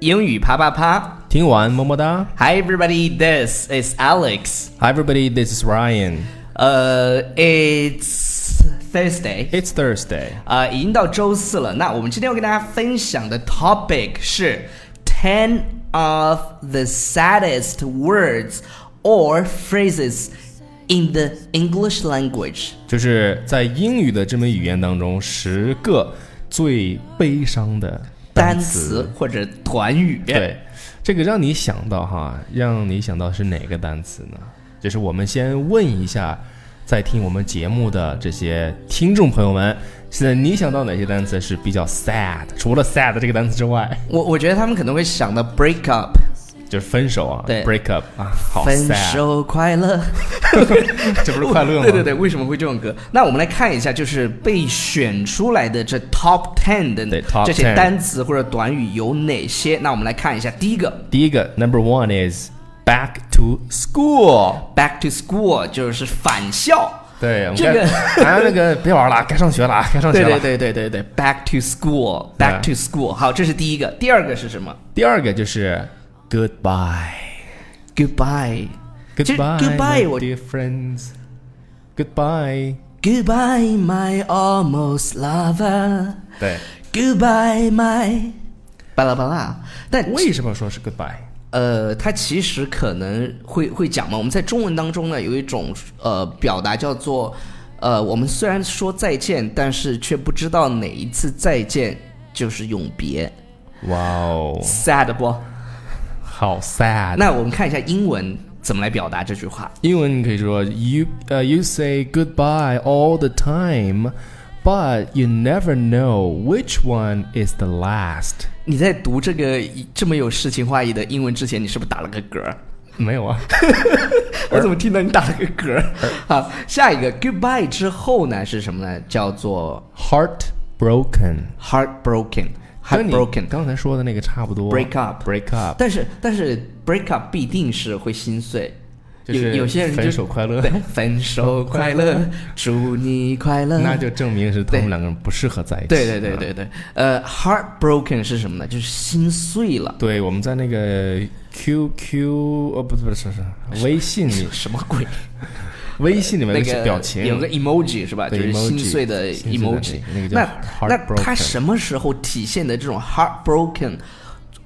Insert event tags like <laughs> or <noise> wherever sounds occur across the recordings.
英语啪啪啪听完么么哒！Hi everybody, this is Alex. Hi everybody, this is Ryan. 呃、uh,，It's Thursday. It's Thursday. 呃，已经到周四了。那我们今天要跟大家分享的 topic 是 Ten of the saddest words or phrases in the English language. 就是在英语的这门语言当中，十个最悲伤的单词。词或者短语。对，这个让你想到哈，让你想到是哪个单词呢？就是我们先问一下，在听我们节目的这些听众朋友们，现在你想到哪些单词是比较 sad？除了 sad 这个单词之外，我我觉得他们可能会想到 break up，就是分手啊对，break up 啊，好分 Oh, sad，手快乐。这不是快乐 <laughs> 吗？对对对，为什么会这种歌？那我们来看一下，就是被选出来的这 top ten 的对，top 这些10单词或者短语有哪些？那我们来看一下，第一个第一个 number one is back to school。 back to school 就是返校。 <laughs> 对，我们这个该 <laughs> 哎那个别玩了，该上学了，该上学对了。对对对对对，back to school，back 对 to school。好，这是第一个。第二个是什么第二个就是 goodbye。 ？Goodbye。其实 Goodbye, goodbye， my 我 dear friends. Goodbye. Goodbye my almost lover。对， Goodbye my，巴拉巴拉。但为什么说是 goodbye？呃，它其实可能会会讲嘛。我们在中文当中呢，有一种呃表达叫做，呃，我们虽然说再见，但是却不知道哪一次再见就是永别哇哦，哎，sad 不？好 sad。那我们看一下英文怎么来表达这句话。英文你可以说 you 呃、you say goodbye all the time, but you never know which one is the last。你在读这个这么有诗情画意的英文之前，你是不是打了个 <laughs> 嗝儿？没有啊，我怎么听到你打了个嗝儿？好，下一个 goodbye 之后呢是什么呢？叫做 heartbroken。跟你 heartbroken，heartbroken。刚才说的那个差不多。 Break up break up，啊但是但是 break up 必定是会心碎，就是有有些人就分手快乐 <laughs> 对，分手快乐，祝你快乐。 <laughs> 那就证明是他对们两个人不适合在一起。对对对对对，呃，heartbroken 是什么呢？就是心碎了，对，我们在那个 QQ 呃、不是不是不是微 <laughs> 信里，什么鬼？微信里面那的个表情有个 emoji 是吧？就对是 emoji，心碎的心碎的 emoji 那那个。那那个叫 heartbroken 他什么时候体现的这种 heartbroken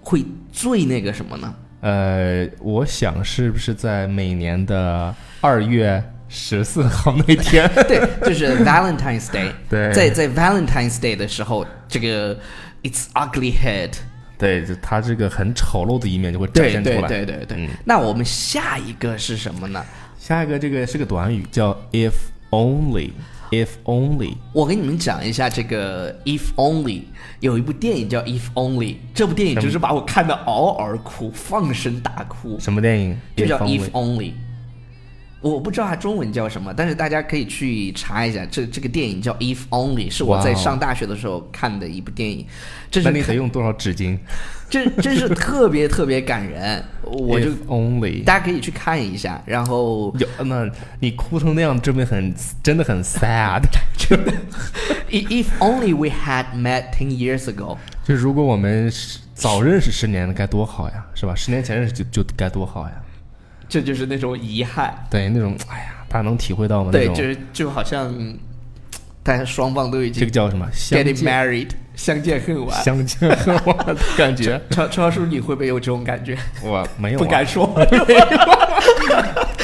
会最那个什么呢？呃，我想是不是在每年的二月十四号那 <laughs> 天？对，就是 Valentine's <laughs> Day。对在在 Valentine's Day 的时候，这个 It's ugly head 对，就他这个很丑陋的一面就会展对现出对来。对对对嗯。那我们下一个是什么呢？下一个这个是个短语，叫 if only，if only。我给你们讲一下这个 If Only 有一部电影叫 If Only，这部电影就是把我看得嗷嗷哭，放声大哭，什么电影？就叫 If If Only Only。我不知道它中文叫什么，但是大家可以去查一下，这这个电影叫《If Only》，是我在哇哦上大学的时候看的一部电影，这那是你看得用多少纸巾真真是特别特别感人，我就？If only。大家可以去看一下。然后有那，你哭成那样，证明很真的很 sad。 <laughs> ，If only we had met ten years ago，就如果我们是早认识十年，该多好呀，是吧？十年前认识就就该多好呀。这就是那种遗憾。对，那种哎呀，大家能体会到吗？对，哦那就种是就好像大家双方都已这经个叫什么？相 getting 见 married，相见恨晚。。相见恨晚的感觉超超叔，你会不会有这种感觉？我 <laughs> 没有啊，不敢说，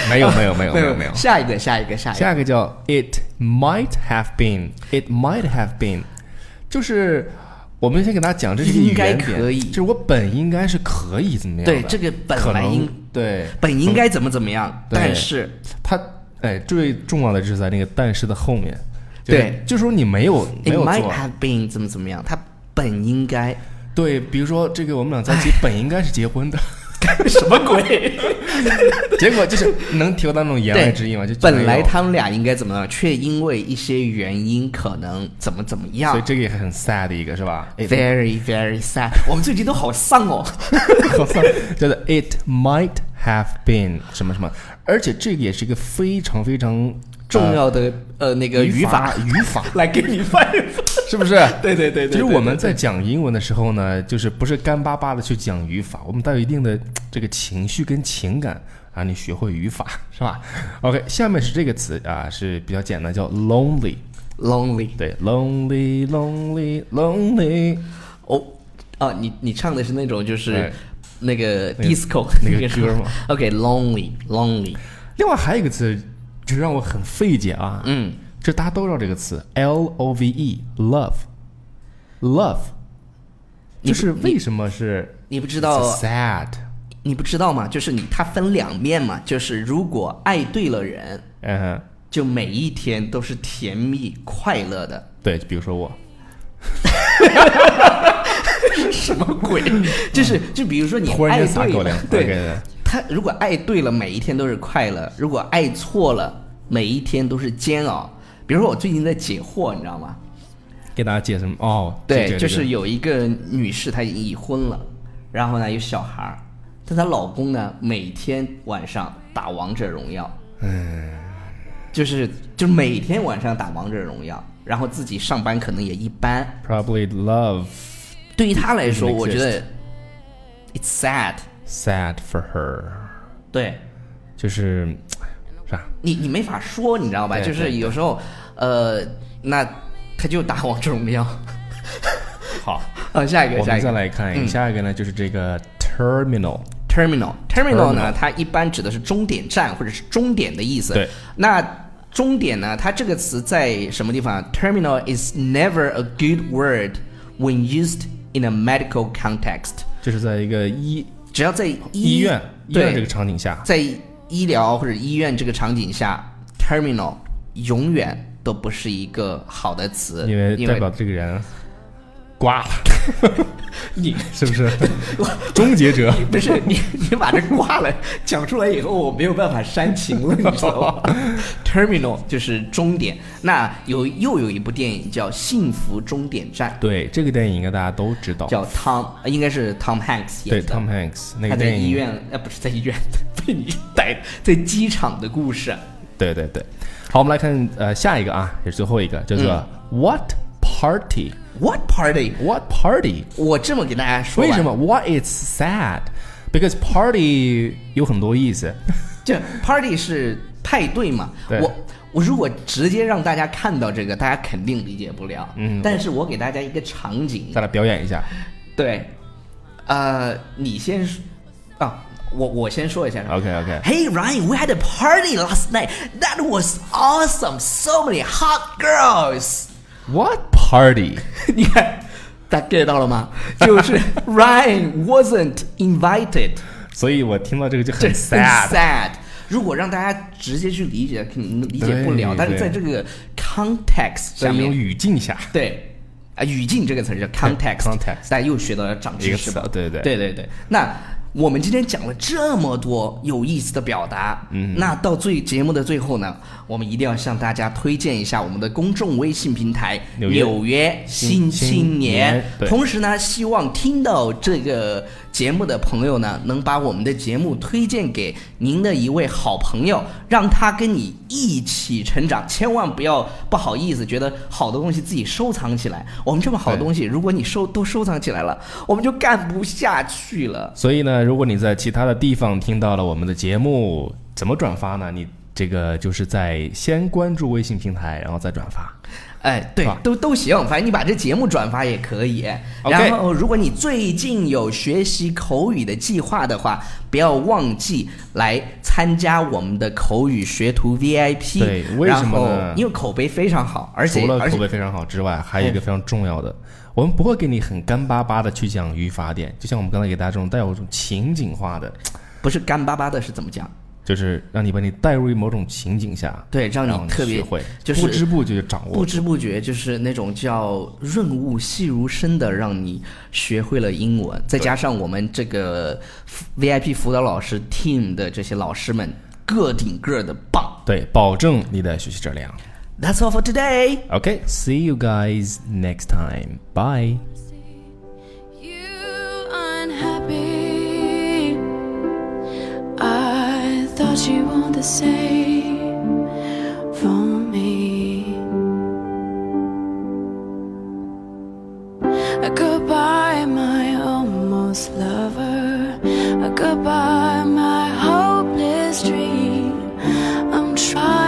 没有，没有，没有，没有，没有。下一个，下一个，下一个。下一个叫 It might have been, It might have been，就是我们先给大家讲这是一个应该原点可以就是我本应该是可以怎么样的？对，这个本可来能应对本应该怎么怎么样，对但是他哎，最重要的就是在那个但是的后面，就是对，就是说你没有没 it 有 might 做， have been 怎么怎么样，它本应该对，比如说这个我们俩在一起本应该是结婚的， <laughs> 什么鬼？ <laughs> 结果就是能体会到那种言对，外之意嘛，就哎本没来有他们俩应该怎么样，却因为一些原因可能怎么怎么所以样。这个也很 sad 的一个是吧？哎 Very very sad，我 <laughs> 们最近都好丧 <laughs> 哦。好丧， <laughs> 叫做 It might have been 什么什么，而且这个也是一个非常非常重要的呃那呃个语法法 <laughs> 语法，来给你翻译。是不是？对对对对，其实对我们对在讲英文的时候呢，就是不是干巴巴的去讲语法，我们带有一定的这个情绪跟情感啊，你学会语法 <laughs> 是吧？OK，下面是这个词啊，是比较简单，叫 lonely。 lonely。对，lonely lonely lonely 哦，哦，你你唱的是那种就是哎那个那个 disco 那个歌吗？OK，lonely lonely，另外还有一个词，就让我很费解啊，嗯这大家都知道这个词，L O V E love love，你就是为什么是你不知道 it's sad？你不知道吗？就是你它分两面嘛，就是如果爱对了人，嗯哼，就每一天都是甜蜜快乐的。 <clears throat> 对，比如说我，什么鬼？就是就比如说你嗯突然爱间撒对狗粮了，， OK 对的他如果爱对了，每一天都是快乐；如果爱错了，每一天都是煎熬。比如说我最近在解惑，你知道吗？给大家解释哦，这对，个就这是个有一个女士，她已经已婚了，然后呢有小孩儿，但她老公呢每天晚上打王者荣耀，哎就是就每天晚上打王者荣耀，然后自己上班可能也一般。 probably love 对于她来说， Doesn't 我觉得 it's sad。 sad for her，对就是啥？你你没法说，你知道吧？对就对是对有时候，呃，那她就打王者荣耀。好，啊，下一个，我下们一个再。来看一嗯个，下一个呢就是这个 terminal， terminal terminal terminal 呢，它一般指的是终点站或者是终点的意思。对，那终点呢，它这个词在什么地方啊？terminal is never a good word when used in a medical context。就是在一个医只要在医医院医院这对个，场景下，在医疗或者医院这个场景下，terminal 永远都不是一个好的词，因为代表这个 <laughs> 人挂了，你 <laughs> 是不是？终结者。不是 <laughs> 你，你把这挂了，讲出来以后我没有办法煽情 <laughs> 了，你知道吗？Terminal 就是终点。那有又有一部电影叫《幸福终点站 <laughs> 对，这个电影应该大家都知道》，，叫 Tom，呃应该是 Tom Hanks 演对的。 ，Tom Hanks 那他个在电医影，院，呃，不是在医院， <laughs> 被你逮在机场的故事。对对对。好，我们来看呃下一个啊，也是最后一个，叫做 What Party。 What party？ What party？我这么给大家说，为什？么？What is sad? Because party 有很多意思。这 party 是派对嘛？对我我如果直接让大家看到这个，大家肯定理解不了。嗯但是我给大家一个场景，咱俩表演一下。对，呃，你先说啊，我我先说一下。 OK OK。 Hey Ryan, we had a party last night. That was awesome. So many hot girls. <laughs> What party? 你看，大家 get 到了吗？就是 <laughs> Ryan wasn't invited. 所以我听到这个就这很很 sad。 sad。如果让大家直接去理解，可能理解不了。对但是对在这个 context 在下一种面，语境下，对，啊，语境这个词儿叫 context， context 大家又学到了长知识一个吧词？对对对对对。那我们今天讲了这么多有意思的表达，嗯，那到最节目的最后呢，我们一定要向大家推荐一下我们的公众微信平台《纽约纽约新新青青年年》对同时呢，希望听到这个节目的朋友呢，能把我们的节目推荐给您的一位好朋友，让他跟你一起成长。千万不要不好意思，觉得好的东西自己收藏起来。我们这么好的对东西，如果你收都收藏起来了，我们就干不下去了。所以呢，如果你在其他的地方听到了我们的节目，怎么转发呢？你这个就是在先关注微信平台，然后再转发。哎，对啊，都都行，反正你把这节目转发也可以。 OK 然后，如果你最近有学习口语的计划的话，不要忘记来参加我们的口语学徒 VIP。对为什么呢然后因为口碑非常好，而且除了而口且嗯碑非常好之外，还有一个非常重要的，我们不会给你很干巴巴的去讲语法点，就像我们刚才给大家这种带有一种情景化嗯的，不是干巴巴的，是怎么讲？就是让你把你带入某种情景下，对，让让你特别学会，就是不知不觉就掌不握。知不觉就是那种叫润物细如生的，让你学会了英文。再加上我们这个 VIP 辅导老师 team 的这些老师们，个顶个的棒。对，保证你的学习质量。 That's all for today. OK，see、you guys next time. Bye. You unhappy. I thought you were the same for me. A goodbye, my almost lover. A goodbye, my hopeless dream. I'm trying.